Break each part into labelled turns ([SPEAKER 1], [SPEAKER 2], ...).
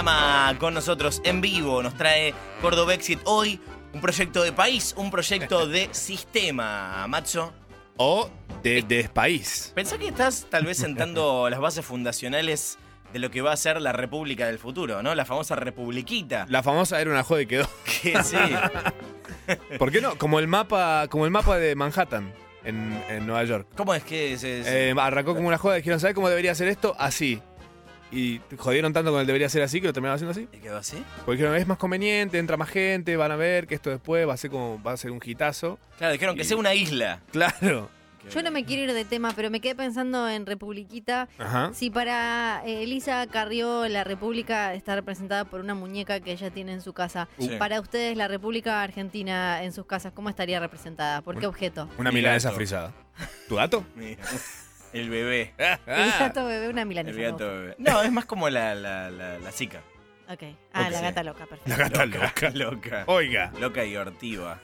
[SPEAKER 1] Machorama con nosotros en vivo nos trae Córdoba Exit hoy, un proyecto de país, un proyecto de sistema, macho.
[SPEAKER 2] O de despaís.
[SPEAKER 1] Pensá que estás tal vez sentando las bases fundacionales de lo que va a ser la República del futuro, ¿no? La famosa republiquita.
[SPEAKER 2] La famosa era una joda y quedó.
[SPEAKER 1] Que sí.
[SPEAKER 2] ¿Por qué no? Como el mapa, como el mapa de Manhattan en, en Nueva York.
[SPEAKER 1] ¿Cómo es que es? es-
[SPEAKER 2] Eh, arrancó como una joda, dijeron, ¿sabes cómo debería ser esto? Así. Y jodieron tanto con el debería ser así que lo terminaron haciendo así.
[SPEAKER 1] ¿Y quedó así?
[SPEAKER 2] Porque dijeron, es más conveniente, entra más gente, van a ver que esto después va a ser como va a ser un hitazo.
[SPEAKER 1] Claro, dijeron que
[SPEAKER 2] Y-
[SPEAKER 1] sea una isla.
[SPEAKER 2] Claro.
[SPEAKER 3] Yo no me quiero ir de tema, pero me quedé pensando en Republiquita.
[SPEAKER 2] Ajá.
[SPEAKER 3] Si para eh, Elisa Carrió la República está representada por una muñeca que ella tiene en su casa,
[SPEAKER 1] Sí.
[SPEAKER 3] para ustedes la República Argentina en sus casas, ¿cómo estaría representada? ¿Por qué
[SPEAKER 2] Bueno.
[SPEAKER 3] objeto?
[SPEAKER 2] Una
[SPEAKER 1] Mi
[SPEAKER 2] milanesa
[SPEAKER 1] gato.
[SPEAKER 2] frisada. ¿Tu gato?
[SPEAKER 1] Mira, El bebé.
[SPEAKER 2] Ah.
[SPEAKER 3] El gato bebé, una milanesa.
[SPEAKER 1] El gato bebé. No, es más como la, la, la, la cica.
[SPEAKER 3] me gusta. Ok. Ah, la
[SPEAKER 1] Sí.
[SPEAKER 3] gata loca, perfecto.
[SPEAKER 2] La gata loca. Oh.
[SPEAKER 1] Loca.
[SPEAKER 2] Oiga,
[SPEAKER 1] Loca y hortiva.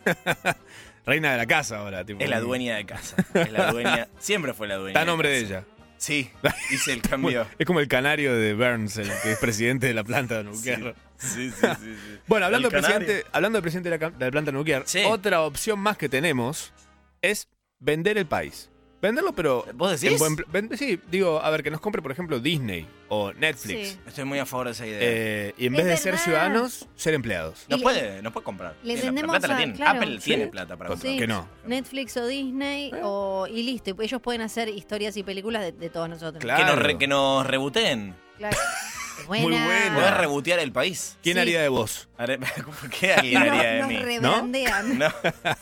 [SPEAKER 2] reina de la casa ahora. Tipo,
[SPEAKER 1] Es la dueña de casa. Es la dueña. Siempre fue la dueña.
[SPEAKER 2] Está a nombre de
[SPEAKER 1] casa.
[SPEAKER 2] ella.
[SPEAKER 1] Sí. Hice el cambio.
[SPEAKER 2] Es como el canario de Burns, el que es presidente de la planta
[SPEAKER 1] Sí,
[SPEAKER 2] nuclear.
[SPEAKER 1] sí, sí, sí, sí.
[SPEAKER 2] Bueno, hablando
[SPEAKER 1] El
[SPEAKER 2] del,
[SPEAKER 1] canario.
[SPEAKER 2] presidente, hablando del presidente de la, cam- de la planta nuclear,
[SPEAKER 1] Sí.
[SPEAKER 2] otra opción más que tenemos es vender el país. Venderlo, pero.
[SPEAKER 1] ¿Vos
[SPEAKER 2] en
[SPEAKER 1] decís?
[SPEAKER 2] buen pl- ven- sí, digo, a ver, que nos compre, por ejemplo, Disney o Netflix.
[SPEAKER 3] Sí.
[SPEAKER 1] Estoy muy a favor de esa idea.
[SPEAKER 2] Eh, y en
[SPEAKER 3] Es
[SPEAKER 2] vez de ser
[SPEAKER 3] verdad.
[SPEAKER 2] ciudadanos, ser empleados.
[SPEAKER 1] no,
[SPEAKER 3] y-
[SPEAKER 1] puede, no puede comprar.
[SPEAKER 3] Le
[SPEAKER 1] Tiene la
[SPEAKER 3] vendemos
[SPEAKER 1] plata, la
[SPEAKER 3] a-
[SPEAKER 1] tienen.
[SPEAKER 3] claro.
[SPEAKER 1] Apple
[SPEAKER 3] Sí.
[SPEAKER 1] tiene plata para comprar.
[SPEAKER 3] Sí.
[SPEAKER 2] Que no.
[SPEAKER 3] Netflix o Disney o, y listo. y pues Ellos pueden hacer historias y películas de, de todos nosotros.
[SPEAKER 2] Claro.
[SPEAKER 1] Que nos, re- que nos rebuten.
[SPEAKER 3] Claro. Buena.
[SPEAKER 2] Muy buena.
[SPEAKER 1] Poder rebutear el país.
[SPEAKER 2] ¿Quién
[SPEAKER 3] Sí.
[SPEAKER 2] haría de vos?
[SPEAKER 1] Are- ¿Por qué alguien
[SPEAKER 3] Nos-
[SPEAKER 1] haría de
[SPEAKER 3] nos
[SPEAKER 1] mí?
[SPEAKER 3] rebrandean.
[SPEAKER 1] No,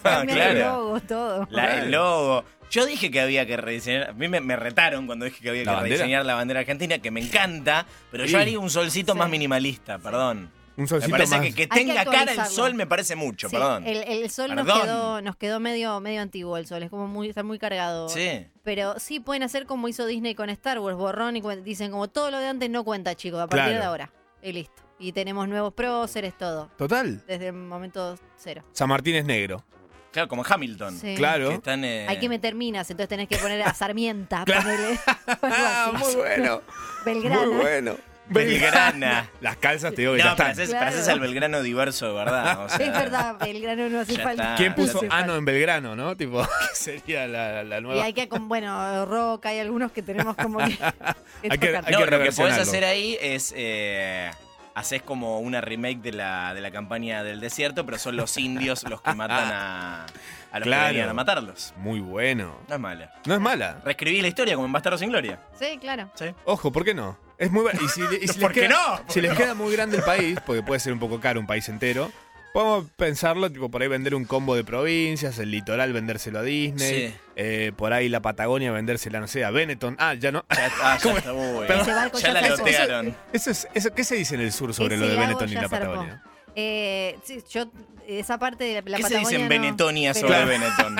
[SPEAKER 3] Cambian el
[SPEAKER 1] claro.
[SPEAKER 3] logo, todo.
[SPEAKER 1] La- el logo. Yo dije que había que rediseñar. A mí me, me retaron cuando dije que había que
[SPEAKER 2] ¿La bandera?
[SPEAKER 1] rediseñar la bandera argentina, que me encanta, pero
[SPEAKER 2] Sí.
[SPEAKER 1] yo haría un solcito
[SPEAKER 3] Sí.
[SPEAKER 1] más minimalista, perdón.
[SPEAKER 2] Un
[SPEAKER 1] Me
[SPEAKER 2] solcito
[SPEAKER 1] parece
[SPEAKER 2] más.
[SPEAKER 1] que que
[SPEAKER 3] que
[SPEAKER 1] tenga cara el
[SPEAKER 3] actualizarlo.
[SPEAKER 1] sol me parece mucho,
[SPEAKER 3] Sí,
[SPEAKER 1] perdón.
[SPEAKER 3] El, el sol nos
[SPEAKER 1] Perdón.
[SPEAKER 3] quedó, nos quedó medio, medio antiguo el sol, es como muy, está muy cargado.
[SPEAKER 1] Sí.
[SPEAKER 3] Pero sí pueden hacer como hizo Disney con Star Wars, borrón y cuen- dicen como todo lo de antes no cuenta, chicos, a partir
[SPEAKER 2] Claro.
[SPEAKER 3] de ahora. Y listo. Y tenemos nuevos próceres, todo.
[SPEAKER 2] Total.
[SPEAKER 3] Desde el momento cero.
[SPEAKER 2] San Martín es negro.
[SPEAKER 1] Claro, como Hamilton.
[SPEAKER 3] Sí.
[SPEAKER 1] Que
[SPEAKER 2] Claro.
[SPEAKER 1] están, eh,
[SPEAKER 3] Hay que meter minas, entonces tenés que poner a Sarmienta,
[SPEAKER 2] Claro.
[SPEAKER 3] ponele, o algo
[SPEAKER 2] Ah,
[SPEAKER 3] así.
[SPEAKER 2] muy bueno.
[SPEAKER 3] Belgrano.
[SPEAKER 2] Muy bueno.
[SPEAKER 1] Belgrana.
[SPEAKER 2] Las calzas te digo
[SPEAKER 1] No,
[SPEAKER 2] que ya
[SPEAKER 1] pero
[SPEAKER 2] están.
[SPEAKER 1] haces,
[SPEAKER 3] Claro.
[SPEAKER 1] pero haces al Belgrano diverso, de verdad. o sea,
[SPEAKER 3] Es verdad, Belgrano no hace
[SPEAKER 1] Ya
[SPEAKER 3] falta.
[SPEAKER 1] está.
[SPEAKER 2] ¿Quién
[SPEAKER 3] No
[SPEAKER 2] puso
[SPEAKER 3] hace falta.
[SPEAKER 2] Ano en Belgrano, no? Tipo, que sería la, la
[SPEAKER 3] Y
[SPEAKER 2] nueva.
[SPEAKER 3] hay que, con- bueno, roca, hay algunos que tenemos como que.
[SPEAKER 2] Hay que-
[SPEAKER 3] tocar.
[SPEAKER 2] hay
[SPEAKER 1] No, lo que podés
[SPEAKER 2] reversionarlo.
[SPEAKER 1] hacer ahí es. eh, haces como una remake de la, de la campaña del desierto, pero son los indios los que matan a, a los
[SPEAKER 2] Claro.
[SPEAKER 1] que venían a matarlos.
[SPEAKER 2] Muy bueno.
[SPEAKER 1] No es mala.
[SPEAKER 2] No es mala.
[SPEAKER 1] Reescribí la historia como en Bastardo sin Gloria.
[SPEAKER 3] Sí, claro.
[SPEAKER 1] ¿sí?
[SPEAKER 2] Ojo, ¿por qué no? Es muy bueno. Y si, y si
[SPEAKER 1] ¿Por
[SPEAKER 2] les
[SPEAKER 1] qué
[SPEAKER 2] queda,
[SPEAKER 1] no? ¿Por
[SPEAKER 2] Si les queda muy grande el país, porque puede ser un poco caro un país entero, podemos pensarlo, tipo, por ahí vender un combo de provincias, el litoral vendérselo a Disney,
[SPEAKER 1] Sí.
[SPEAKER 2] eh, por ahí la Patagonia vendérsela, no sé, a Benetton. Ah, ya no.
[SPEAKER 1] Ya, está- ah, ya está, uy.
[SPEAKER 3] Ese barco
[SPEAKER 1] ya
[SPEAKER 3] ya
[SPEAKER 1] la
[SPEAKER 3] zarpó.
[SPEAKER 1] lotearon.
[SPEAKER 2] Eso es, eso, ¿Qué se dice en el sur sobre
[SPEAKER 3] Ese
[SPEAKER 2] lo de
[SPEAKER 3] lago
[SPEAKER 2] Benetton y
[SPEAKER 3] ya
[SPEAKER 2] la
[SPEAKER 3] zarpó.
[SPEAKER 2] Patagonia?
[SPEAKER 3] Eh, sí, yo, esa parte de la, la
[SPEAKER 1] ¿Qué se
[SPEAKER 3] Patagonia
[SPEAKER 1] dice en Ah.
[SPEAKER 3] no-
[SPEAKER 1] Benetonia
[SPEAKER 3] pero
[SPEAKER 1] sobre Benetton?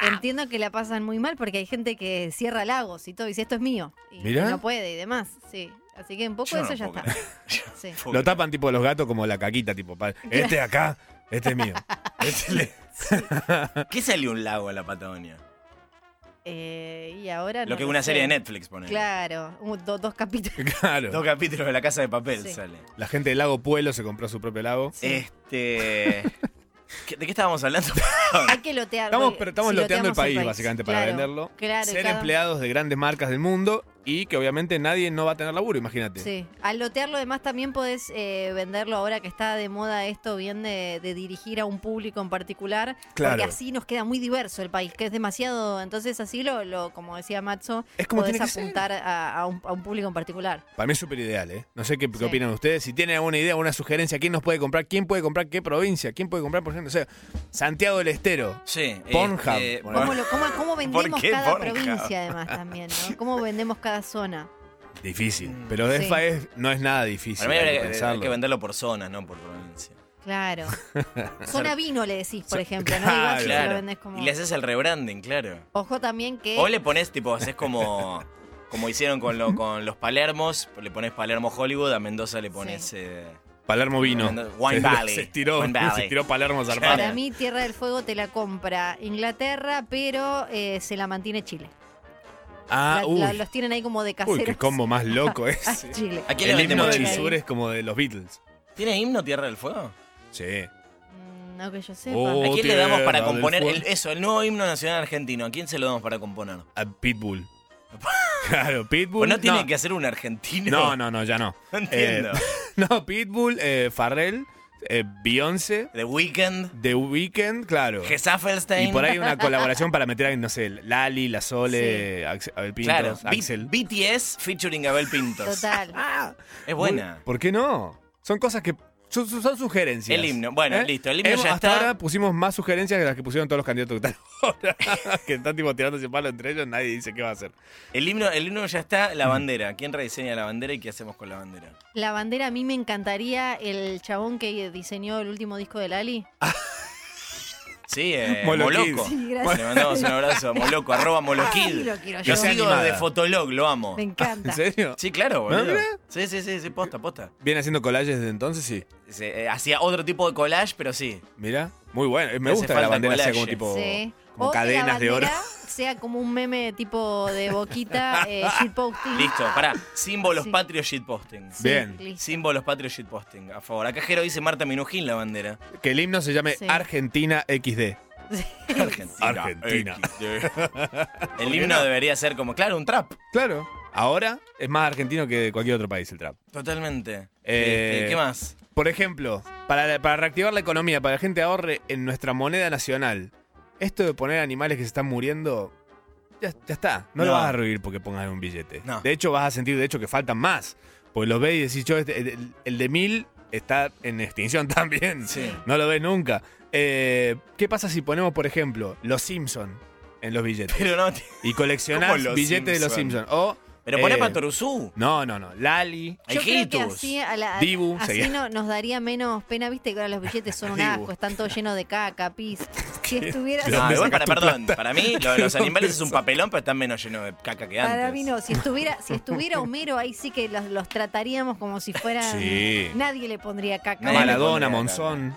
[SPEAKER 3] Entiendo que la pasan muy mal porque hay gente que cierra lagos y todo, y dice esto es mío. Y
[SPEAKER 2] Mirá.
[SPEAKER 3] no puede y demás, sí. Así que un poco
[SPEAKER 1] Yo no
[SPEAKER 3] eso ya
[SPEAKER 1] lo puedo
[SPEAKER 3] está. Sí.
[SPEAKER 1] Fue-
[SPEAKER 2] Lo tapan tipo los gatos como la caquita, tipo, pa- este de acá, este es mío. Este le-
[SPEAKER 1] ¿Qué salió un lago a la Patagonia?
[SPEAKER 3] Eh, y ahora.
[SPEAKER 1] Lo
[SPEAKER 3] no
[SPEAKER 1] que
[SPEAKER 3] lo
[SPEAKER 1] una
[SPEAKER 3] sé.
[SPEAKER 1] serie de Netflix pone.
[SPEAKER 3] Claro, un- do- dos capítulos.
[SPEAKER 2] Claro.
[SPEAKER 1] Dos capítulos de la casa de papel
[SPEAKER 3] Sí.
[SPEAKER 1] sale.
[SPEAKER 2] La gente del lago Pueblo se compró su propio lago.
[SPEAKER 1] Este. ¿qué- ¿De qué estábamos hablando?
[SPEAKER 3] Hay que lotear.
[SPEAKER 2] Estamos,
[SPEAKER 3] porque
[SPEAKER 2] pero estamos
[SPEAKER 3] si
[SPEAKER 2] loteando el
[SPEAKER 3] loteamos
[SPEAKER 2] país, básicamente, para
[SPEAKER 3] Claro,
[SPEAKER 2] venderlo.
[SPEAKER 3] Claro, y
[SPEAKER 2] Ser
[SPEAKER 3] cada-
[SPEAKER 2] empleados de grandes marcas del mundo y que obviamente nadie no va a tener laburo, imagínate.
[SPEAKER 3] Sí, al lotearlo además también podés eh, venderlo ahora que está de moda esto bien de, de dirigir a un público en particular,
[SPEAKER 2] Claro.
[SPEAKER 3] porque así nos queda muy diverso el país, que es demasiado, entonces así lo, lo como decía Matzo,
[SPEAKER 2] Es como
[SPEAKER 3] podés
[SPEAKER 2] tiene que ser.
[SPEAKER 3] apuntar a, a un, a un público en particular.
[SPEAKER 2] Para mí es súper ideal, ¿eh? No sé qué, qué
[SPEAKER 3] Sí.
[SPEAKER 2] opinan ustedes. Si tienen alguna idea, alguna sugerencia, quién nos puede comprar, quién puede comprar qué provincia, quién puede comprar, por ejemplo, o sea, Santiago del Estero.
[SPEAKER 1] Sí.
[SPEAKER 2] Pornhub.
[SPEAKER 1] este,
[SPEAKER 2] Bueno.
[SPEAKER 3] ¿Cómo, lo- cómo- cómo vendemos
[SPEAKER 1] qué
[SPEAKER 3] cada
[SPEAKER 1] Pornhub?
[SPEAKER 3] provincia además también? ¿no? ¿Cómo vendemos cada zona?
[SPEAKER 2] Difícil.
[SPEAKER 1] Mm.
[SPEAKER 2] Pero
[SPEAKER 3] Sí.
[SPEAKER 2] Defa es- no es nada difícil.
[SPEAKER 1] Para mí
[SPEAKER 2] hay que
[SPEAKER 1] habría que- hay
[SPEAKER 2] pensarlo.
[SPEAKER 1] que venderlo por zonas, no por provincia.
[SPEAKER 3] Claro. Zona vino le decís, por
[SPEAKER 2] So-
[SPEAKER 3] ejemplo, ¿no? Igual si se
[SPEAKER 1] Claro.
[SPEAKER 3] lo vendés como... Eh.
[SPEAKER 1] Y le haces el rebranding, claro.
[SPEAKER 3] Ojo también que...
[SPEAKER 1] O le pones, tipo, haces como. Como hicieron con, lo- con los Palermos, le pones Palermo Hollywood, a Mendoza le pones.
[SPEAKER 3] Sí.
[SPEAKER 1] eh,
[SPEAKER 2] Palermo vino.
[SPEAKER 1] Wine
[SPEAKER 2] Se-
[SPEAKER 1] Valley.
[SPEAKER 2] Se estiró,
[SPEAKER 1] Wine Valley.
[SPEAKER 2] se estiró Palermo zarpado.
[SPEAKER 3] Para mí Tierra del Fuego te la compra Inglaterra, pero eh, se la mantiene Chile.
[SPEAKER 2] Ah,
[SPEAKER 3] La-
[SPEAKER 2] uy.
[SPEAKER 3] la- los tienen ahí como de caseros.
[SPEAKER 2] Uy, qué combo más loco ¿eh?
[SPEAKER 3] a
[SPEAKER 2] es.
[SPEAKER 3] Chile.
[SPEAKER 1] ¿A quién le
[SPEAKER 2] El
[SPEAKER 1] vende
[SPEAKER 2] himno del
[SPEAKER 1] mochila?
[SPEAKER 2] sur es como de los Beatles.
[SPEAKER 1] ¿Tiene himno Tierra del Fuego?
[SPEAKER 2] Sí.
[SPEAKER 3] Mm, No que yo sepa.
[SPEAKER 2] Oh.
[SPEAKER 1] ¿A quién le damos para
[SPEAKER 2] Tierra del
[SPEAKER 1] componer
[SPEAKER 2] Fuego.
[SPEAKER 1] el- eso, el nuevo himno nacional argentino? ¿A quién se lo damos para componer?
[SPEAKER 2] A Pitbull. claro, Pitbull.
[SPEAKER 1] Pues no tiene que hacer un argentino.
[SPEAKER 2] No, no, no, ya no.
[SPEAKER 1] No entiendo.
[SPEAKER 2] Eh, no, Pitbull, eh, Farrell, eh, Beyoncé,
[SPEAKER 1] The Weeknd,
[SPEAKER 2] The Weeknd, claro.
[SPEAKER 1] Gesafelstein.
[SPEAKER 2] Y por ahí una colaboración para meter a, no sé, Lali, La Sole, Ax- Abel Pintos,
[SPEAKER 1] Claro, B-
[SPEAKER 2] Axel.
[SPEAKER 1] BTS featuring Abel Pintos.
[SPEAKER 3] Total.
[SPEAKER 2] Ah,
[SPEAKER 1] Es buena.
[SPEAKER 2] ¿Por qué no? Son cosas que. Son, son- son sugerencias. ¿Eh?
[SPEAKER 1] El himno. Bueno, listo, el himno
[SPEAKER 2] Hemos-
[SPEAKER 1] ya
[SPEAKER 2] hasta
[SPEAKER 1] está.
[SPEAKER 2] ahora pusimos más sugerencias que las que pusieron todos los candidatos que están ahora. que están tipo tirándose palo entre ellos, nadie dice qué va a hacer.
[SPEAKER 1] El himno, el himno ya está,
[SPEAKER 2] Mm.
[SPEAKER 1] la bandera. ¿Quién rediseña la bandera y qué hacemos con la bandera?
[SPEAKER 3] La bandera a mí me encantaría el chabón que diseñó el último disco de Lali.
[SPEAKER 1] Sí, eh,
[SPEAKER 2] Moloquid.
[SPEAKER 1] Moloco.
[SPEAKER 3] Sí, gracias.
[SPEAKER 1] Le mandamos un abrazo a Moloco, arroba Moloquid.
[SPEAKER 3] Ay, lo quiero
[SPEAKER 1] Lo
[SPEAKER 3] yo.
[SPEAKER 2] sé.
[SPEAKER 1] sigo
[SPEAKER 2] animada.
[SPEAKER 1] de Fotolog, lo amo.
[SPEAKER 3] Me encanta.
[SPEAKER 2] ¿En serio?
[SPEAKER 1] Sí, claro, boludo.
[SPEAKER 2] mira.
[SPEAKER 1] Sí, sí, sí, sí, posta, posta.
[SPEAKER 2] ¿Viene haciendo collages desde entonces? Sí.
[SPEAKER 1] Sí, eh, hacía otro tipo de collage, pero sí.
[SPEAKER 2] Mira, muy bueno. Eh, Me
[SPEAKER 1] Hace
[SPEAKER 2] gusta que la
[SPEAKER 1] falta
[SPEAKER 2] bandera sea
[SPEAKER 1] collage.
[SPEAKER 2] como tipo.
[SPEAKER 3] Sí.
[SPEAKER 2] Como
[SPEAKER 3] O que la
[SPEAKER 2] cadenas de oro.
[SPEAKER 3] bandera Sea como un meme tipo de boquita, eh, shitposting.
[SPEAKER 1] Listo, pará. Símbolos
[SPEAKER 3] Sí.
[SPEAKER 1] patrios shitposting.
[SPEAKER 3] Sí,
[SPEAKER 2] Bien.
[SPEAKER 3] listo.
[SPEAKER 1] Símbolos patrios shitposting. A favor. Acá Jero dice Marta Minujín la bandera.
[SPEAKER 2] Que el himno se llame
[SPEAKER 3] Sí.
[SPEAKER 2] Argentina XD.
[SPEAKER 1] Argentina.
[SPEAKER 2] Argentina.
[SPEAKER 1] XD. El
[SPEAKER 2] qué
[SPEAKER 1] himno
[SPEAKER 2] no?
[SPEAKER 1] debería ser como, claro, un trap.
[SPEAKER 2] Claro. Ahora es más argentino que de cualquier otro país el trap.
[SPEAKER 1] Totalmente.
[SPEAKER 2] Eh,
[SPEAKER 1] Este, ¿Qué más?
[SPEAKER 2] Por ejemplo, para, para reactivar la economía, para que la gente ahorre en nuestra moneda nacional, esto de poner animales que se están muriendo, ya, ya está. No, lo
[SPEAKER 1] No.
[SPEAKER 2] vas a reír porque pongas en un billete.
[SPEAKER 1] No.
[SPEAKER 2] De hecho, vas a sentir, de hecho, que faltan más. Porque los ves y decís, yo, este- el, el de mil está en extinción también.
[SPEAKER 1] Sí.
[SPEAKER 2] No lo ves nunca. Eh, ¿Qué pasa si ponemos, por ejemplo, los Simpson en los billetes?
[SPEAKER 1] Pero no. te-
[SPEAKER 2] Y coleccionás
[SPEAKER 1] ¿Cómo los
[SPEAKER 2] billetes de los
[SPEAKER 1] Simpson?
[SPEAKER 2] Simpson. O,
[SPEAKER 1] Pero
[SPEAKER 2] eh,
[SPEAKER 1] poné Patoruzú.
[SPEAKER 2] No, no, no. Lali.
[SPEAKER 1] Hay
[SPEAKER 3] Yo creo que
[SPEAKER 1] hitos.
[SPEAKER 3] así, a la-
[SPEAKER 2] Dibu,
[SPEAKER 3] así
[SPEAKER 2] seguía.
[SPEAKER 3] no- nos daría menos pena, viste, que ahora los billetes son un
[SPEAKER 2] Dibu.
[SPEAKER 3] asco, están todos llenos de caca, pis. Si estuviera...
[SPEAKER 1] No,
[SPEAKER 2] dónde
[SPEAKER 1] igual
[SPEAKER 2] sacas
[SPEAKER 1] para,
[SPEAKER 2] tu
[SPEAKER 1] Ah, perdón, para mí lo de los animales es un
[SPEAKER 2] eso?
[SPEAKER 1] papelón, pero están menos llenos de caca que antes.
[SPEAKER 3] Para mí no, si estuviera, si estuviera Homero, ahí sí que los, los trataríamos como si fueran...
[SPEAKER 2] Sí.
[SPEAKER 3] Nadie le pondría caca.
[SPEAKER 1] Nadie le
[SPEAKER 2] Maradona,
[SPEAKER 1] pondría,
[SPEAKER 2] Monzón.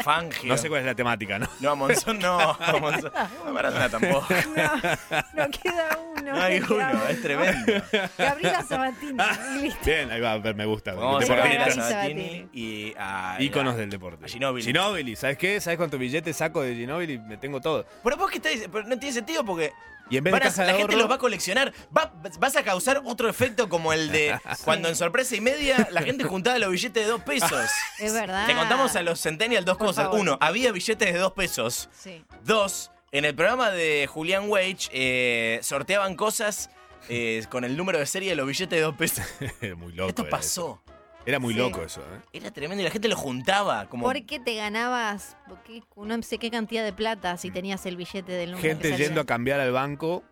[SPEAKER 1] Fangio.
[SPEAKER 2] No sé cuál es la temática, ¿no?
[SPEAKER 1] No, a Monzón no. A Monzón. A Maradona tampoco.
[SPEAKER 3] No, no queda uno.
[SPEAKER 1] No hay
[SPEAKER 3] no queda
[SPEAKER 1] uno, es tremendo.
[SPEAKER 3] Gabriela Sabatini. listo.
[SPEAKER 2] Bien, ahí va, me gusta.
[SPEAKER 1] Vamos a
[SPEAKER 3] Deporte.
[SPEAKER 1] poner a
[SPEAKER 3] Gabriel
[SPEAKER 1] Sabatini
[SPEAKER 3] Sabatini.
[SPEAKER 1] y a.
[SPEAKER 2] Íconos
[SPEAKER 1] a-
[SPEAKER 2] del deporte.
[SPEAKER 1] a Ginóbili.
[SPEAKER 2] Ginóbili, ¿sabes qué? ¿Sabes cuántos billetes saco de Ginóbili? Me tengo todo.
[SPEAKER 1] Pero vos que estás diciendo, pero no tiene sentido porque
[SPEAKER 2] Y en vez
[SPEAKER 1] van
[SPEAKER 2] de
[SPEAKER 1] a-
[SPEAKER 2] caja
[SPEAKER 1] la
[SPEAKER 2] de
[SPEAKER 1] gente
[SPEAKER 2] ahorro-
[SPEAKER 1] los va a coleccionar. Va- vas a causar otro efecto como el de cuando en sorpresa y media la gente juntaba los billetes de dos pesos.
[SPEAKER 3] Es verdad.
[SPEAKER 1] Le contamos a los Centennial dos
[SPEAKER 3] Ah. Por
[SPEAKER 1] cosas.
[SPEAKER 3] favor.
[SPEAKER 1] Uno, había billetes de dos pesos.
[SPEAKER 3] Sí.
[SPEAKER 1] Dos, en el programa de Julián Wage eh, sorteaban cosas eh, con el número de serie de los billetes de dos pesos.
[SPEAKER 2] Era muy loco.
[SPEAKER 1] Esto
[SPEAKER 2] era
[SPEAKER 1] pasó.
[SPEAKER 2] eso. Era muy
[SPEAKER 3] Sí.
[SPEAKER 2] loco eso, ¿eh?
[SPEAKER 1] Era tremendo y la gente lo juntaba. Como,
[SPEAKER 3] ¿Por qué te ganabas qué- no sé qué cantidad de plata
[SPEAKER 1] Mm.
[SPEAKER 3] si tenías el billete del número?
[SPEAKER 2] Gente yendo a cambiar al banco,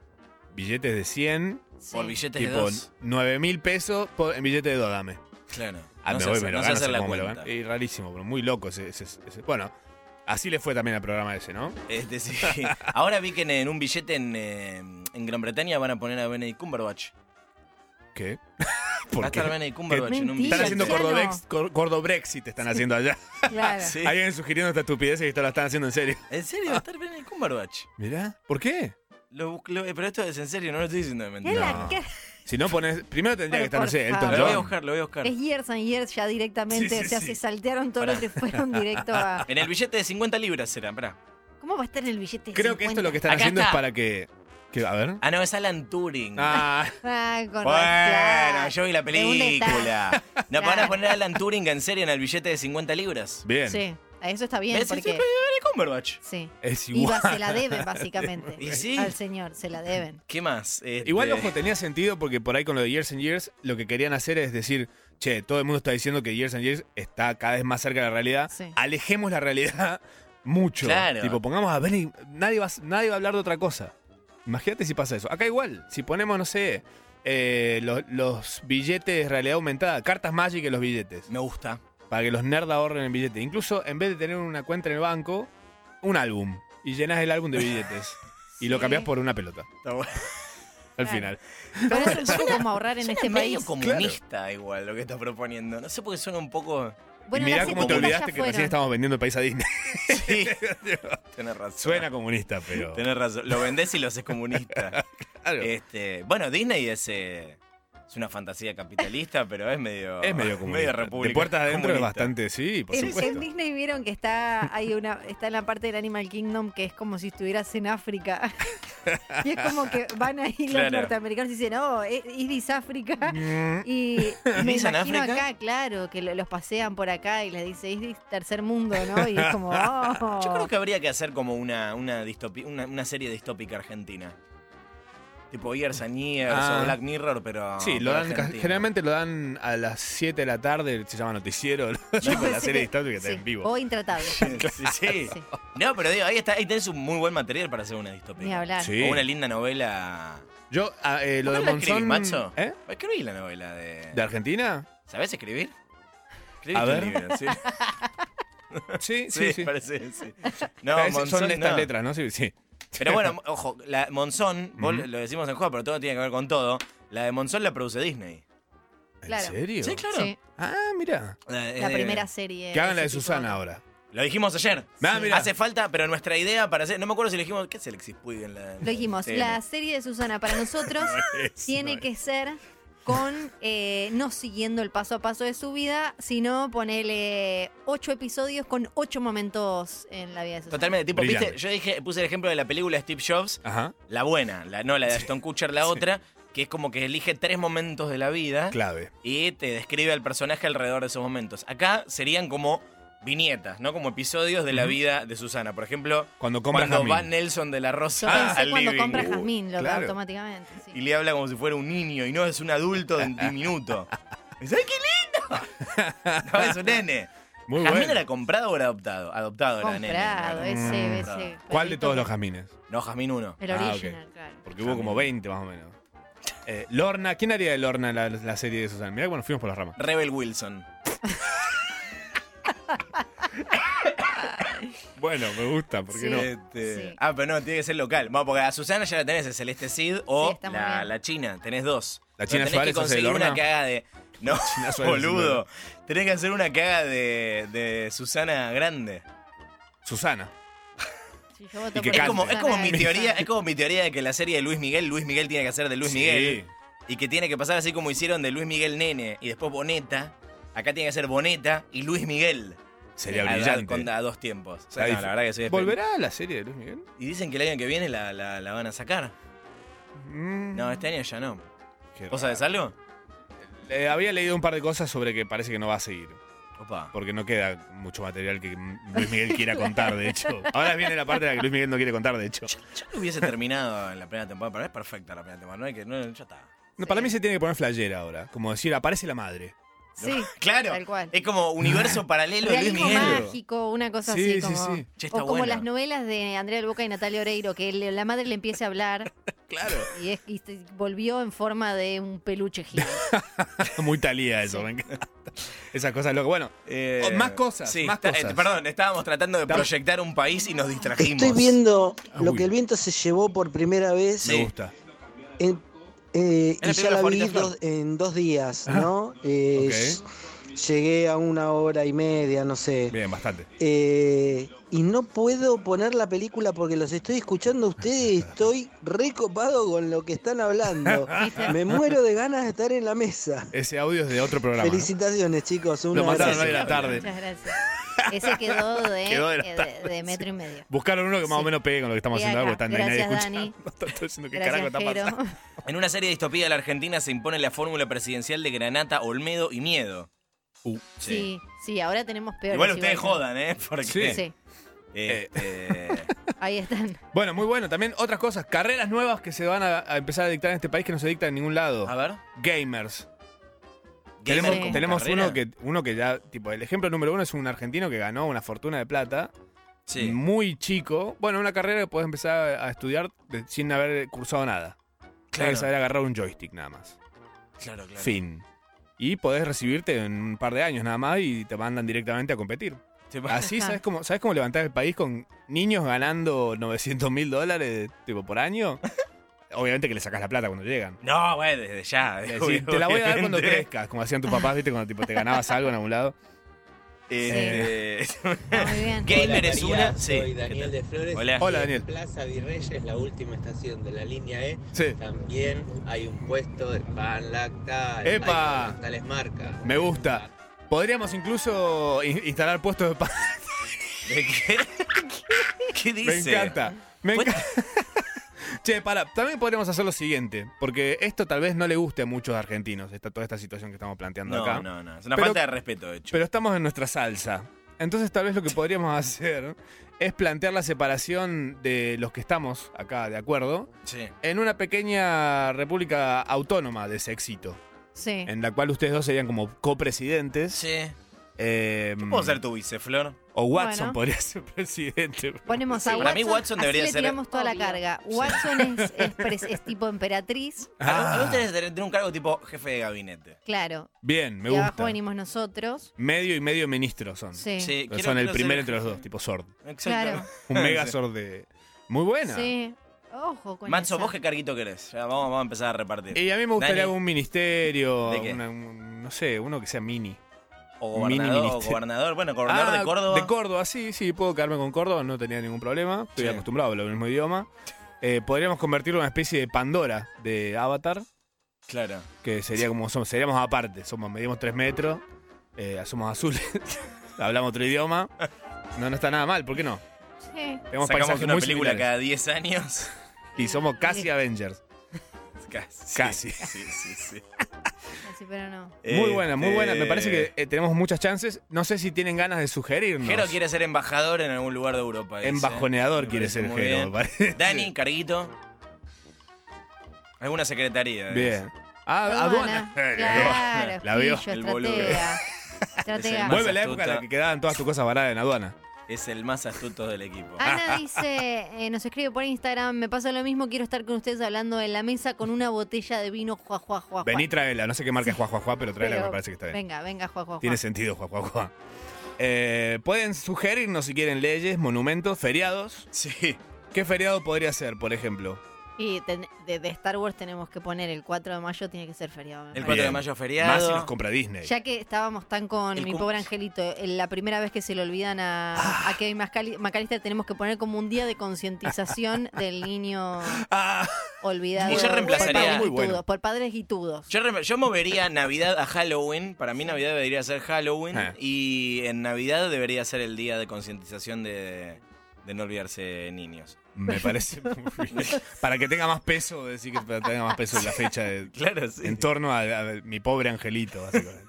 [SPEAKER 2] billetes de 100,
[SPEAKER 1] por billetes de
[SPEAKER 2] tipo
[SPEAKER 1] dos.
[SPEAKER 2] 9 mil pesos por- en billete de 2, dame.
[SPEAKER 1] Claro.
[SPEAKER 2] Ah,
[SPEAKER 1] no
[SPEAKER 2] me
[SPEAKER 1] sé
[SPEAKER 2] voy,
[SPEAKER 1] hacer-
[SPEAKER 2] me lo
[SPEAKER 1] no sé
[SPEAKER 2] gano,
[SPEAKER 1] hacer
[SPEAKER 2] sé
[SPEAKER 1] la
[SPEAKER 2] cómo me lo
[SPEAKER 1] cuenta.
[SPEAKER 2] gano. Y rarísimo, pero muy loco ese, ese- ese- Bueno, así le fue también al programa ese, ¿no?
[SPEAKER 1] Es decir, Este, ahora vi que en, en un billete en, eh, en Gran Bretaña van a poner a Benedict Cumberbatch.
[SPEAKER 2] ¿Qué?
[SPEAKER 1] Va a
[SPEAKER 2] ¿Por qué?
[SPEAKER 1] estar Benedict Cumberbatch en un
[SPEAKER 3] Mentira,
[SPEAKER 2] Están
[SPEAKER 1] billete.
[SPEAKER 2] haciendo
[SPEAKER 3] ya no.
[SPEAKER 2] Cordobex, Cor- Cordobrexit, están haciendo allá.
[SPEAKER 3] Claro.
[SPEAKER 1] Sí.
[SPEAKER 2] Alguien sugiriendo esta estupidez y esto la están haciendo en serio.
[SPEAKER 1] ¿En serio? ¿Va a estar Benedict Cumberbatch?
[SPEAKER 2] Mirá, ¿por qué?
[SPEAKER 1] Lo bus- lo- eh, pero esto es en serio, no lo estoy diciendo de
[SPEAKER 3] Es,
[SPEAKER 1] mentira.
[SPEAKER 3] la
[SPEAKER 2] No.
[SPEAKER 3] que-
[SPEAKER 2] Si no pones. Primero tendría
[SPEAKER 3] Pero
[SPEAKER 2] que estar, no
[SPEAKER 3] por
[SPEAKER 2] sé,
[SPEAKER 1] Lo
[SPEAKER 2] Elton
[SPEAKER 3] favor.
[SPEAKER 1] voy a
[SPEAKER 2] John.
[SPEAKER 1] buscar, lo voy a buscar.
[SPEAKER 3] es years and years ya directamente.
[SPEAKER 2] Sí, sí,
[SPEAKER 3] o sea,
[SPEAKER 2] sí.
[SPEAKER 3] se saltearon todo
[SPEAKER 1] Pará.
[SPEAKER 3] lo que fueron directo a.
[SPEAKER 1] En el billete de 50 libras será, pará.
[SPEAKER 3] ¿Cómo va a estar en el billete? de
[SPEAKER 2] Creo que esto
[SPEAKER 3] 50?
[SPEAKER 2] lo que están
[SPEAKER 1] Acá
[SPEAKER 2] haciendo
[SPEAKER 1] está.
[SPEAKER 2] es para que. que- a ver.
[SPEAKER 1] Ah, no, es Alan Turing.
[SPEAKER 2] Ah,
[SPEAKER 3] Ah, con
[SPEAKER 1] bueno,
[SPEAKER 3] razón.
[SPEAKER 1] yo vi la
[SPEAKER 3] De un detalle.
[SPEAKER 1] película. No, van a
[SPEAKER 3] Claro.
[SPEAKER 1] poner a Alan Turing en serio en el billete de 50 libras.
[SPEAKER 2] bien.
[SPEAKER 3] Sí, a eso está bien
[SPEAKER 1] ¿Ves?
[SPEAKER 3] porque.
[SPEAKER 1] Esto es Benedict Cumberbatch.
[SPEAKER 3] Sí.
[SPEAKER 2] Es igual.
[SPEAKER 3] IVA se la deben, básicamente.
[SPEAKER 1] ¿Y sí?
[SPEAKER 3] Al señor, se la deben.
[SPEAKER 1] ¿Qué más? Este,
[SPEAKER 2] Igual, ojo, tenía sentido porque por ahí con lo de Years and Years, lo que querían hacer es decir, che, todo el mundo está diciendo que Years and Years está cada vez más cerca de la realidad.
[SPEAKER 3] Sí.
[SPEAKER 2] Alejemos la realidad mucho.
[SPEAKER 1] Claro.
[SPEAKER 2] Tipo, pongamos a Benny. Nadie va, a- nadie va a hablar de otra cosa. Imagínate si pasa eso. Acá igual, si ponemos, no sé, eh, lo- los billetes realidad aumentada, cartas Magic en los billetes,
[SPEAKER 1] Me gusta.
[SPEAKER 2] para que los nerds ahorren el billete. Incluso, en vez de tener una cuenta en el banco, un álbum. Y llenas el álbum de billetes. y lo
[SPEAKER 3] Sí.
[SPEAKER 2] cambias por una pelota.
[SPEAKER 1] Está bueno.
[SPEAKER 2] Al
[SPEAKER 3] Claro.
[SPEAKER 2] final.
[SPEAKER 3] Por eso es un poco como ahorrar en
[SPEAKER 1] Suena
[SPEAKER 3] este
[SPEAKER 1] medio
[SPEAKER 3] país.
[SPEAKER 1] comunista igual lo que está proponiendo. No sé por qué suena un poco...
[SPEAKER 3] Bueno,
[SPEAKER 2] y mirá
[SPEAKER 3] las
[SPEAKER 2] cómo te
[SPEAKER 3] etiquetas ya
[SPEAKER 2] olvidaste que recién
[SPEAKER 3] fueron.
[SPEAKER 2] estamos vendiendo el país a Disney.
[SPEAKER 1] Sí. Tenés razón.
[SPEAKER 2] Suena comunista, pero.
[SPEAKER 1] Tenés razón. Lo vendés y lo haces comunista.
[SPEAKER 2] Claro.
[SPEAKER 1] Este, bueno, Disney es, eh, es una fantasía capitalista, pero es medio.
[SPEAKER 2] es medio comunista.
[SPEAKER 1] república.
[SPEAKER 2] De puertas adentro es
[SPEAKER 1] comunista.
[SPEAKER 2] bastante, sí, por
[SPEAKER 3] En- en,
[SPEAKER 2] supuesto.
[SPEAKER 3] Disney vieron que está hay una está en la parte del Animal Kingdom que es como si estuvieras en África. y es como que van ahí los
[SPEAKER 1] Claro.
[SPEAKER 3] norteamericanos y dicen, oh, eh, it is África.
[SPEAKER 2] Mm,
[SPEAKER 3] Y me
[SPEAKER 1] ¿Is in
[SPEAKER 3] imagino
[SPEAKER 1] Africa?
[SPEAKER 3] acá, claro, que lo- los pasean por acá y les dice, es tercer mundo, ¿no? Y es como, oh.
[SPEAKER 1] Yo creo que habría que hacer como una, una, distopi- una, una serie distópica argentina. Tipo Years and Years
[SPEAKER 2] Ah.
[SPEAKER 1] o Black Mirror, pero.
[SPEAKER 2] Sí,
[SPEAKER 1] pero
[SPEAKER 2] lo dan, ca-
[SPEAKER 1] argentino.
[SPEAKER 2] generalmente lo dan a las 7 de la tarde, se llama noticiero, con la
[SPEAKER 3] Sí,
[SPEAKER 2] serie de Estatua que está
[SPEAKER 3] sí,
[SPEAKER 2] en vivo.
[SPEAKER 3] O intratable.
[SPEAKER 1] Sí, sí.
[SPEAKER 3] Sí.
[SPEAKER 1] No, pero digo, ahí, está, ahí tenés un muy buen material para hacer una distopía.
[SPEAKER 3] Ni hablar.
[SPEAKER 2] Sí.
[SPEAKER 1] O una linda novela.
[SPEAKER 2] Yo, ah, eh, lo
[SPEAKER 1] ¿Vos
[SPEAKER 2] de
[SPEAKER 1] la escribís,
[SPEAKER 2] Monzón.
[SPEAKER 1] Macho?
[SPEAKER 2] ¿Eh?
[SPEAKER 1] Escribí la novela de.
[SPEAKER 2] ¿De Argentina?
[SPEAKER 1] ¿Sabés escribir? Escribiste
[SPEAKER 2] A ver.
[SPEAKER 1] un libro, sí.
[SPEAKER 2] Sí, sí,
[SPEAKER 1] Sí,
[SPEAKER 2] sí.
[SPEAKER 1] parece, sí. No,
[SPEAKER 2] Pero es- son
[SPEAKER 1] Monzón,
[SPEAKER 2] estas
[SPEAKER 1] no.
[SPEAKER 2] letras, ¿no? Sí, sí.
[SPEAKER 1] Pero bueno, ojo, la Monzón, vos
[SPEAKER 2] Ujú.
[SPEAKER 1] lo decimos en juego, pero todo tiene que ver con todo. La de Monzón la produce Disney.
[SPEAKER 2] ¿En
[SPEAKER 3] Claro.
[SPEAKER 2] serio?
[SPEAKER 1] Sí, claro.
[SPEAKER 3] Sí,
[SPEAKER 2] Ah, mira.
[SPEAKER 1] La,
[SPEAKER 3] la
[SPEAKER 1] eh,
[SPEAKER 3] primera serie.
[SPEAKER 2] Que hagan la de
[SPEAKER 3] ese tipo.
[SPEAKER 2] Susana ahora.
[SPEAKER 1] Lo dijimos ayer.
[SPEAKER 2] Ah,
[SPEAKER 3] Sí.
[SPEAKER 2] mira.
[SPEAKER 1] Hace falta, pero nuestra idea para hacer. No me acuerdo si lo dijimos. ¿Qué es Alexis Puig en la.?
[SPEAKER 3] Lo dijimos,
[SPEAKER 1] Sí.
[SPEAKER 3] la serie de Susana para nosotros tiene que ser con, eh, no siguiendo el paso a paso de su vida, sino ponerle ocho episodios con ocho momentos en la vida de Susana.
[SPEAKER 1] Totalmente, tipo,
[SPEAKER 2] Brillante.
[SPEAKER 1] viste, yo dije, puse el ejemplo de la película de Steve Jobs,
[SPEAKER 2] Ajá.
[SPEAKER 1] la buena, la, no la de Ashton Kutcher, la otra, que es como que elige tres momentos de la vida
[SPEAKER 2] Clave.
[SPEAKER 1] y te describe al personaje alrededor de esos momentos. Acá serían como viñetas, ¿no? Como episodios de la
[SPEAKER 2] Ujú.
[SPEAKER 1] vida de Susana. Por ejemplo,
[SPEAKER 2] Cuando compras
[SPEAKER 1] cuando va
[SPEAKER 2] jamín.
[SPEAKER 1] Nelson de la
[SPEAKER 3] Yo
[SPEAKER 1] Rosa
[SPEAKER 3] pensé
[SPEAKER 1] al
[SPEAKER 3] cuando
[SPEAKER 1] living
[SPEAKER 3] compra
[SPEAKER 2] Uy,
[SPEAKER 3] Jazmín, lo que
[SPEAKER 2] Ah, claro.
[SPEAKER 3] automáticamente. sí.
[SPEAKER 1] y le habla como si fuera un niño y no es un adulto de diminuto. Dice, ¡ay, qué lindo! No, es un nene.
[SPEAKER 2] Muy
[SPEAKER 1] ¿Jazmín
[SPEAKER 2] bueno.
[SPEAKER 1] era comprado o era adoptado? Adoptado era nene.
[SPEAKER 3] Comprado,
[SPEAKER 1] Era
[SPEAKER 3] ese,
[SPEAKER 2] Mm.
[SPEAKER 1] comprado.
[SPEAKER 3] ese.
[SPEAKER 2] ¿Cuál de
[SPEAKER 3] perrito
[SPEAKER 2] todos
[SPEAKER 3] que-
[SPEAKER 2] los jamines?
[SPEAKER 1] No, Jazmín uno.
[SPEAKER 3] El
[SPEAKER 2] Ah, ok.
[SPEAKER 3] original, claro.
[SPEAKER 2] Porque hubo como 20 más o menos. Eh, Lorna, ¿quién haría de Lorna la, la serie de Susana? Mirá que bueno, fuimos por las ramas.
[SPEAKER 1] Rebel Wilson.
[SPEAKER 2] Bueno, me gusta, ¿por qué
[SPEAKER 3] Sí.
[SPEAKER 2] no?
[SPEAKER 1] Este,
[SPEAKER 3] Sí.
[SPEAKER 1] Ah, pero no, tiene que ser local. Bueno, porque a Susana ya la tenés, el Celeste Cid
[SPEAKER 3] Sí,
[SPEAKER 1] o
[SPEAKER 3] está muy
[SPEAKER 1] la,
[SPEAKER 3] bien.
[SPEAKER 1] la China. Tenés dos.
[SPEAKER 2] ¿La China
[SPEAKER 1] tenés
[SPEAKER 2] Suárez
[SPEAKER 1] que
[SPEAKER 2] hace
[SPEAKER 1] conseguir
[SPEAKER 2] el
[SPEAKER 1] una
[SPEAKER 2] horno?
[SPEAKER 1] que haga de. No,
[SPEAKER 2] China Suárez hace el
[SPEAKER 1] boludo.
[SPEAKER 2] horno.
[SPEAKER 1] Tenés que hacer una que haga de, de Susana Grande.
[SPEAKER 2] Susana.
[SPEAKER 3] Sí, yo voto
[SPEAKER 2] Y que
[SPEAKER 3] por
[SPEAKER 1] Es
[SPEAKER 2] cante.
[SPEAKER 1] como, es
[SPEAKER 3] Susana
[SPEAKER 1] como mi
[SPEAKER 3] García.
[SPEAKER 1] teoría, es como mi teoría de que la serie de Luis Miguel, Luis Miguel tiene que hacer de Luis
[SPEAKER 2] Sí.
[SPEAKER 1] Miguel. Y que tiene que pasar así como hicieron de Luis Miguel Nene y después Boneta. Acá tiene que ser Boneta y Luis Miguel.
[SPEAKER 2] Sería
[SPEAKER 1] A- a- con-
[SPEAKER 2] brillante.
[SPEAKER 1] A, dos tiempos.
[SPEAKER 2] Está
[SPEAKER 1] No,
[SPEAKER 2] dif-
[SPEAKER 1] la verdad que soy espe-
[SPEAKER 2] ¿Volverá la serie de Luis Miguel?
[SPEAKER 1] Y dicen que el año que viene la, la- la van a sacar.
[SPEAKER 2] Mm,
[SPEAKER 1] No, este año ya no.
[SPEAKER 2] qué
[SPEAKER 1] ¿Vos
[SPEAKER 2] raro.
[SPEAKER 1] sabés algo?
[SPEAKER 2] Eh, había leído un par de cosas sobre que parece que no va a seguir.
[SPEAKER 1] Opa.
[SPEAKER 2] Porque no queda mucho material que Luis Miguel quiera contar, de hecho. Ahora viene la parte de la que Luis Miguel no quiere contar, de hecho.
[SPEAKER 1] Yo no hubiese terminado en la primera temporada. Para mí es perfecta la primera temporada. No hay que. No, ya está.
[SPEAKER 2] No, para mí se tiene que poner flayera ahora. Como decir, aparece la madre.
[SPEAKER 3] Sí,
[SPEAKER 1] Claro.
[SPEAKER 3] Tal cual.
[SPEAKER 1] Es como universo paralelo de Luis
[SPEAKER 3] Realismo
[SPEAKER 1] Miguel.
[SPEAKER 3] mágico, una cosa
[SPEAKER 2] Sí, sí,
[SPEAKER 3] así como.
[SPEAKER 2] sí.
[SPEAKER 1] Che,
[SPEAKER 3] o
[SPEAKER 1] está
[SPEAKER 3] como
[SPEAKER 1] buena.
[SPEAKER 3] las novelas de Andrea del Boca y Natalia Oreiro, que le- la madre le empiece a hablar
[SPEAKER 1] Claro.
[SPEAKER 3] y, es- y se- volvió en forma de un peluche gigante.
[SPEAKER 2] Muy talía eso,
[SPEAKER 3] Sí.
[SPEAKER 2] me encanta. Esas cosas locas. Bueno,
[SPEAKER 1] Eh,
[SPEAKER 2] Oh, más cosas,
[SPEAKER 1] Sí,
[SPEAKER 2] más
[SPEAKER 1] está- eh,
[SPEAKER 2] cosas.
[SPEAKER 1] perdón, estábamos tratando de
[SPEAKER 2] Estamos-
[SPEAKER 1] proyectar un país y nos distrajimos.
[SPEAKER 4] Estoy viendo lo
[SPEAKER 2] Uy.
[SPEAKER 4] que el viento se llevó por primera vez
[SPEAKER 1] Sí.
[SPEAKER 2] Ah, me gusta.
[SPEAKER 4] en- eh,
[SPEAKER 1] Es la
[SPEAKER 4] y ya
[SPEAKER 1] película
[SPEAKER 4] la vi
[SPEAKER 1] favorita, Flor.
[SPEAKER 4] dos- en dos días,
[SPEAKER 2] Ajá.
[SPEAKER 4] ¿no? Eh,
[SPEAKER 2] Ah. Ok.
[SPEAKER 4] ll- Llegué a una hora y media, no sé.
[SPEAKER 2] Bien, bastante.
[SPEAKER 4] Eh, y no puedo poner la película porque los estoy escuchando a ustedes y estoy recopado con lo que están hablando. Me muero de ganas de estar en la mesa.
[SPEAKER 2] Ese audio es de otro programa. ¿no?
[SPEAKER 4] Felicitaciones, chicos.
[SPEAKER 2] Lo
[SPEAKER 4] Una
[SPEAKER 2] mandaron
[SPEAKER 4] gracias.
[SPEAKER 2] hoy de la tarde.
[SPEAKER 3] Muchas gracias. Ese quedó de,
[SPEAKER 2] Quedó de la
[SPEAKER 3] eh, de-
[SPEAKER 2] tarde,
[SPEAKER 3] de metro y medio.
[SPEAKER 2] Buscaron uno que más o
[SPEAKER 3] Sí.
[SPEAKER 2] menos pegue con lo que estamos
[SPEAKER 3] Ve
[SPEAKER 2] haciendo
[SPEAKER 3] acá.
[SPEAKER 2] ahora, porque está- no hay nadie
[SPEAKER 3] Gracias,
[SPEAKER 2] escuchando. Están diciendo qué carajo
[SPEAKER 3] Gracias,
[SPEAKER 2] está
[SPEAKER 3] Jero.
[SPEAKER 2] pasando.
[SPEAKER 1] En una serie de distopía de la Argentina se impone la fórmula presidencial de Granata, Olmedo y Miedo.
[SPEAKER 2] Uh,
[SPEAKER 1] Sí.
[SPEAKER 3] Sí, sí, ahora tenemos peor.
[SPEAKER 1] Igual ustedes jodan, ¿eh? Porque.
[SPEAKER 2] Sí.
[SPEAKER 3] Sí,
[SPEAKER 1] este,
[SPEAKER 3] ahí están.
[SPEAKER 2] Bueno, muy bueno. También otras cosas. Carreras nuevas que se van a, a empezar a dictar en este país que no se dictan en ningún lado.
[SPEAKER 1] a ver.
[SPEAKER 2] Gamers.
[SPEAKER 1] ¿Gamer
[SPEAKER 2] Tenemos,
[SPEAKER 1] como
[SPEAKER 2] tenemos
[SPEAKER 1] carrera?
[SPEAKER 2] uno que, uno que ya, tipo, el ejemplo número uno es un argentino que ganó una fortuna de plata,
[SPEAKER 1] Sí.
[SPEAKER 2] muy chico. Bueno, una carrera que puedes empezar a estudiar de- sin haber cursado nada. Tienes
[SPEAKER 1] Claro,
[SPEAKER 2] que saber agarrar un joystick nada más.
[SPEAKER 1] claro, claro.
[SPEAKER 2] Fin. Y podés recibirte en un par de años nada más y te mandan directamente a competir.
[SPEAKER 1] Te-
[SPEAKER 2] Así,
[SPEAKER 3] Ajá.
[SPEAKER 2] ¿sabes cómo, ¿sabes cómo levantar el país con niños ganando 900 mil dólares tipo, por año? Obviamente que le sacas la plata cuando llegan.
[SPEAKER 1] No, güey, desde ya.
[SPEAKER 2] Es decir, te la voy a dar cuando
[SPEAKER 1] obviamente.
[SPEAKER 2] crezcas, como hacían tus papás, ¿viste? Cuando tipo, te ganabas algo en algún lado.
[SPEAKER 1] Este,
[SPEAKER 3] Muy bien.
[SPEAKER 1] Gamer es
[SPEAKER 5] María,
[SPEAKER 1] una. Sí.
[SPEAKER 5] Soy
[SPEAKER 1] ¿qué
[SPEAKER 5] Daniel
[SPEAKER 1] tal?
[SPEAKER 5] de Flores.
[SPEAKER 1] Hola.
[SPEAKER 5] y
[SPEAKER 2] Hola,
[SPEAKER 5] en
[SPEAKER 2] Daniel.
[SPEAKER 5] Plaza Virreyes, la última estación de la línea E.
[SPEAKER 2] Sí.
[SPEAKER 5] También hay un puesto de pan lactal.
[SPEAKER 2] ¡Epa!
[SPEAKER 5] Hay con tales marcas.
[SPEAKER 2] Me gusta. Podríamos incluso in- instalar puestos de pan.
[SPEAKER 1] ¿De qué? ¿Qué
[SPEAKER 2] Me
[SPEAKER 1] dice?
[SPEAKER 2] encanta. Me
[SPEAKER 1] Pues-
[SPEAKER 2] encanta. Che, para, también podríamos hacer lo siguiente, porque esto tal vez no le guste a muchos argentinos, esta, toda esta situación que estamos planteando
[SPEAKER 1] No,
[SPEAKER 2] acá.
[SPEAKER 1] no, no. Es una
[SPEAKER 2] Pero-
[SPEAKER 1] falta de respeto, de hecho.
[SPEAKER 2] Pero estamos en nuestra salsa. Entonces tal vez lo que podríamos hacer es plantear la separación de los que estamos acá de acuerdo
[SPEAKER 1] Sí.
[SPEAKER 2] en una pequeña república autónoma de sexito,
[SPEAKER 3] Sí.
[SPEAKER 2] en la cual ustedes dos serían como copresidentes.
[SPEAKER 1] Sí.
[SPEAKER 2] Eh,
[SPEAKER 1] ¿Puedo ser tu vice, Flor?
[SPEAKER 2] O Watson
[SPEAKER 3] Bueno.
[SPEAKER 2] podría ser presidente.
[SPEAKER 3] Ponemos a
[SPEAKER 1] Sí,
[SPEAKER 3] Watson.
[SPEAKER 1] para mí Watson
[SPEAKER 3] así
[SPEAKER 1] debería
[SPEAKER 3] le
[SPEAKER 1] ser-
[SPEAKER 3] tiramos toda la
[SPEAKER 6] Obvio.
[SPEAKER 3] carga.
[SPEAKER 1] Sí.
[SPEAKER 3] Watson es, es pres- es tipo emperatriz.
[SPEAKER 1] A
[SPEAKER 2] Ah.
[SPEAKER 1] vos tenés que tener un cargo tipo jefe de gabinete.
[SPEAKER 3] Claro.
[SPEAKER 2] Bien, me
[SPEAKER 3] y
[SPEAKER 2] gusta.
[SPEAKER 3] abajo venimos nosotros.
[SPEAKER 2] Medio y medio ministro son.
[SPEAKER 3] Sí.
[SPEAKER 1] Sí,
[SPEAKER 2] Pero
[SPEAKER 1] Eh, quiero-
[SPEAKER 2] son el
[SPEAKER 1] quiero
[SPEAKER 2] primero
[SPEAKER 1] ser-
[SPEAKER 2] entre los dos, tipo Sord.
[SPEAKER 1] Exacto.
[SPEAKER 3] Claro.
[SPEAKER 2] Un mega Sord de. Muy buena.
[SPEAKER 3] Sí. Ojo con
[SPEAKER 1] Manso,
[SPEAKER 3] esa.
[SPEAKER 1] vos qué carguito querés. Ya, vamos, vamos a empezar a repartir.
[SPEAKER 2] Y a mí me gustaría
[SPEAKER 1] Dani.
[SPEAKER 2] un ministerio,
[SPEAKER 1] ¿De qué?
[SPEAKER 2] una- un- no sé, uno que sea mini.
[SPEAKER 1] O
[SPEAKER 2] mini
[SPEAKER 1] gobernador, o
[SPEAKER 2] ministerio.
[SPEAKER 1] gobernador, bueno, gobernador
[SPEAKER 2] Ah,
[SPEAKER 1] de Córdoba.
[SPEAKER 2] De Córdoba, sí, sí, puedo quedarme con Córdoba, no tenía ningún problema. Estoy
[SPEAKER 1] Sí.
[SPEAKER 2] acostumbrado a hablar el mismo idioma. Eh, podríamos convertirlo en una especie de Pandora de Avatar,
[SPEAKER 1] Claro.
[SPEAKER 2] que sería como somos, seríamos aparte, somos, medimos tres metros, eh, somos azules, hablamos otro idioma. No, no está nada mal, ¿por qué no?
[SPEAKER 3] Sí.
[SPEAKER 2] Tenemos
[SPEAKER 1] Sacamos
[SPEAKER 2] paisajes
[SPEAKER 1] una
[SPEAKER 2] muy
[SPEAKER 1] película
[SPEAKER 2] similares.
[SPEAKER 1] cada 10 años.
[SPEAKER 2] Y somos casi Avengers.
[SPEAKER 1] Casi. Eh,
[SPEAKER 2] Casi.
[SPEAKER 1] Sí, sí, sí.
[SPEAKER 3] Así, pero no.
[SPEAKER 2] Muy buena, muy buena. Me parece que
[SPEAKER 1] Este,
[SPEAKER 2] eh, tenemos muchas chances. No sé si tienen ganas de sugerirnos.
[SPEAKER 1] Jero quiere ser embajador en algún lugar de Europa. dice.
[SPEAKER 2] Embajoneador
[SPEAKER 1] Me
[SPEAKER 2] quiere
[SPEAKER 1] parece
[SPEAKER 2] ser
[SPEAKER 1] muy
[SPEAKER 2] Jero, me
[SPEAKER 1] bien.
[SPEAKER 2] parece.
[SPEAKER 1] Dani, carguito. Alguna secretaría. dice.
[SPEAKER 2] Bien. Ah,
[SPEAKER 3] Aduana.
[SPEAKER 2] aduana.
[SPEAKER 3] Claro.
[SPEAKER 2] La vio.
[SPEAKER 3] pillo,
[SPEAKER 1] El boludo.
[SPEAKER 3] estratega.
[SPEAKER 1] Es el
[SPEAKER 3] Estratega.
[SPEAKER 1] más
[SPEAKER 2] Vuelve la época en la
[SPEAKER 1] astuta.
[SPEAKER 2] que quedaban todas tus cosas varadas en aduana.
[SPEAKER 1] Es el más astuto del equipo.
[SPEAKER 3] Ana dice, eh, nos escribe por Instagram, me pasa lo mismo, quiero estar con ustedes hablando en la mesa con una botella de vino, jua, jua, jua, jua".
[SPEAKER 2] Vení, tráela. No sé qué marca es Juá, Juá, Juá, pero tráela,
[SPEAKER 3] Pero-
[SPEAKER 2] que me parece que está bien.
[SPEAKER 3] Venga, venga, jua, jua, jua.
[SPEAKER 2] Tiene sentido, Juá, Juá, Juá. Eh, Pueden sugerirnos si quieren leyes, monumentos, feriados.
[SPEAKER 1] Sí.
[SPEAKER 2] ¿Qué feriado podría ser, por ejemplo?
[SPEAKER 3] Y ten- de, de Star Wars tenemos que poner el 4 de mayo, tiene que ser feriado. me
[SPEAKER 1] El
[SPEAKER 3] parece.
[SPEAKER 1] 4 de
[SPEAKER 2] Bien.
[SPEAKER 1] mayo
[SPEAKER 2] Más si
[SPEAKER 1] feriado.
[SPEAKER 2] nos compra Disney.
[SPEAKER 3] Ya que estábamos tan con
[SPEAKER 1] El
[SPEAKER 3] mi
[SPEAKER 1] cum- Ah.
[SPEAKER 3] pobre angelito, eh, la primera vez que se le olvidan a, a Kevin Mascali- McAllister, tenemos que poner como un día de concientización del niño
[SPEAKER 2] Ah,
[SPEAKER 3] olvidado
[SPEAKER 1] Y yo reemplazaría-
[SPEAKER 3] por padres,
[SPEAKER 2] Muy bueno.
[SPEAKER 3] guitudos, por padres guitudos.
[SPEAKER 1] Yo, re- yo movería Navidad a Halloween. Para mí Navidad debería ser Halloween.
[SPEAKER 2] Ah.
[SPEAKER 1] Y en Navidad debería ser el día de concientización de, de no olvidarse de niños.
[SPEAKER 2] me parece muy bien. Para que tenga más peso, decir que tenga más peso en la fecha de,
[SPEAKER 1] Claro, sí.
[SPEAKER 2] en torno a, a mi pobre angelito, básicamente.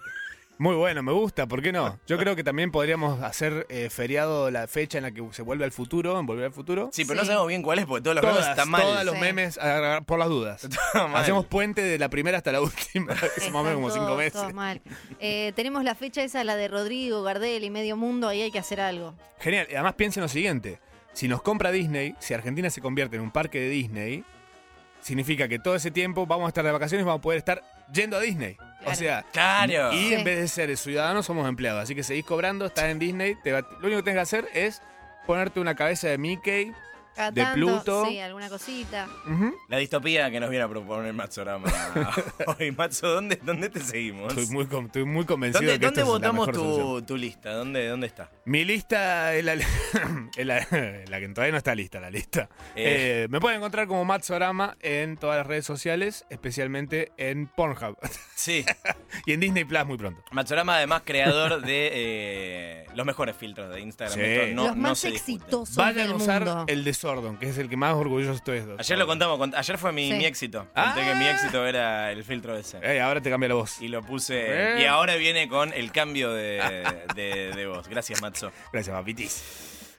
[SPEAKER 2] Muy bueno, me gusta, ¿por qué no? Yo creo que también podríamos hacer eh, feriado la fecha en la que se vuelve al futuro, en Volver al Futuro.
[SPEAKER 1] sí, pero no
[SPEAKER 3] Sí.
[SPEAKER 1] sabemos bien cuál es porque todos los
[SPEAKER 2] Todas,
[SPEAKER 1] juegos están mal.
[SPEAKER 2] todos los
[SPEAKER 3] Sí.
[SPEAKER 2] memes, ah, por las dudas.
[SPEAKER 1] Está mal.
[SPEAKER 2] Hacemos puente de la primera hasta la última, es más o menos
[SPEAKER 3] Están
[SPEAKER 2] como cinco
[SPEAKER 3] todos-
[SPEAKER 2] meses.
[SPEAKER 3] todos mal. Eh, tenemos la fecha esa, la de Rodrigo, Gardel y Medio Mundo, ahí hay que hacer algo.
[SPEAKER 2] Genial, y además piensen lo siguiente, si nos compra Disney, si Argentina se convierte en un parque de Disney, significa que todo ese tiempo vamos a estar de vacaciones, vamos a poder estar yendo a Disney. O
[SPEAKER 3] Claro.
[SPEAKER 2] sea,
[SPEAKER 1] Claro.
[SPEAKER 2] Y
[SPEAKER 3] Sí.
[SPEAKER 2] en vez de ser ciudadanos, somos empleados. Así que seguís cobrando, estás en Disney. te va- lo único que tenés que hacer es ponerte una cabeza de Mickey.
[SPEAKER 3] Cada
[SPEAKER 2] De
[SPEAKER 3] tanto,
[SPEAKER 2] Pluto.
[SPEAKER 3] Sí, alguna cosita.
[SPEAKER 2] Ujú.
[SPEAKER 1] La distopía que nos viene a proponer Matsorama. Hoy, Matzo, ¿dónde, ¿dónde te seguimos?
[SPEAKER 2] Estoy, muy, con- estoy muy convencido
[SPEAKER 1] Pues ¿Dónde,
[SPEAKER 2] de que
[SPEAKER 1] dónde
[SPEAKER 2] esto es la
[SPEAKER 1] votamos
[SPEAKER 2] mejor solución.
[SPEAKER 1] tu, tu lista? ¿Dónde, ¿Dónde está?
[SPEAKER 2] Mi lista es la, es la- es la que todavía no está lista, la lista.
[SPEAKER 1] Eh.
[SPEAKER 2] Eh, me pueden encontrar como Matt Sorama en todas las redes sociales, especialmente en Pornhub
[SPEAKER 1] Sí.
[SPEAKER 2] y en Disney Plus muy pronto.
[SPEAKER 1] Matsorama, además, creador de eh, los mejores filtros de Instagram.
[SPEAKER 2] Sí.
[SPEAKER 1] Esto no-
[SPEAKER 3] Los
[SPEAKER 1] no
[SPEAKER 3] más
[SPEAKER 1] se discute.
[SPEAKER 3] exitosos
[SPEAKER 2] Vayan
[SPEAKER 3] del
[SPEAKER 2] a usar
[SPEAKER 3] mundo.
[SPEAKER 2] el de Sordon, que es el que más orgulloso estoy. de
[SPEAKER 1] Ayer lo
[SPEAKER 2] Sordon.
[SPEAKER 1] contamos, cont- ayer fue mi,
[SPEAKER 3] Sí.
[SPEAKER 1] mi éxito. Conté
[SPEAKER 2] Ah. Eh.
[SPEAKER 1] que mi éxito era el filtro ese.
[SPEAKER 2] Ey, ahora te cambia la voz.
[SPEAKER 1] Y lo puse.
[SPEAKER 2] Eh.
[SPEAKER 1] Y ahora viene con el cambio de, de, de voz. Gracias, Matzo.
[SPEAKER 2] Gracias, papitis.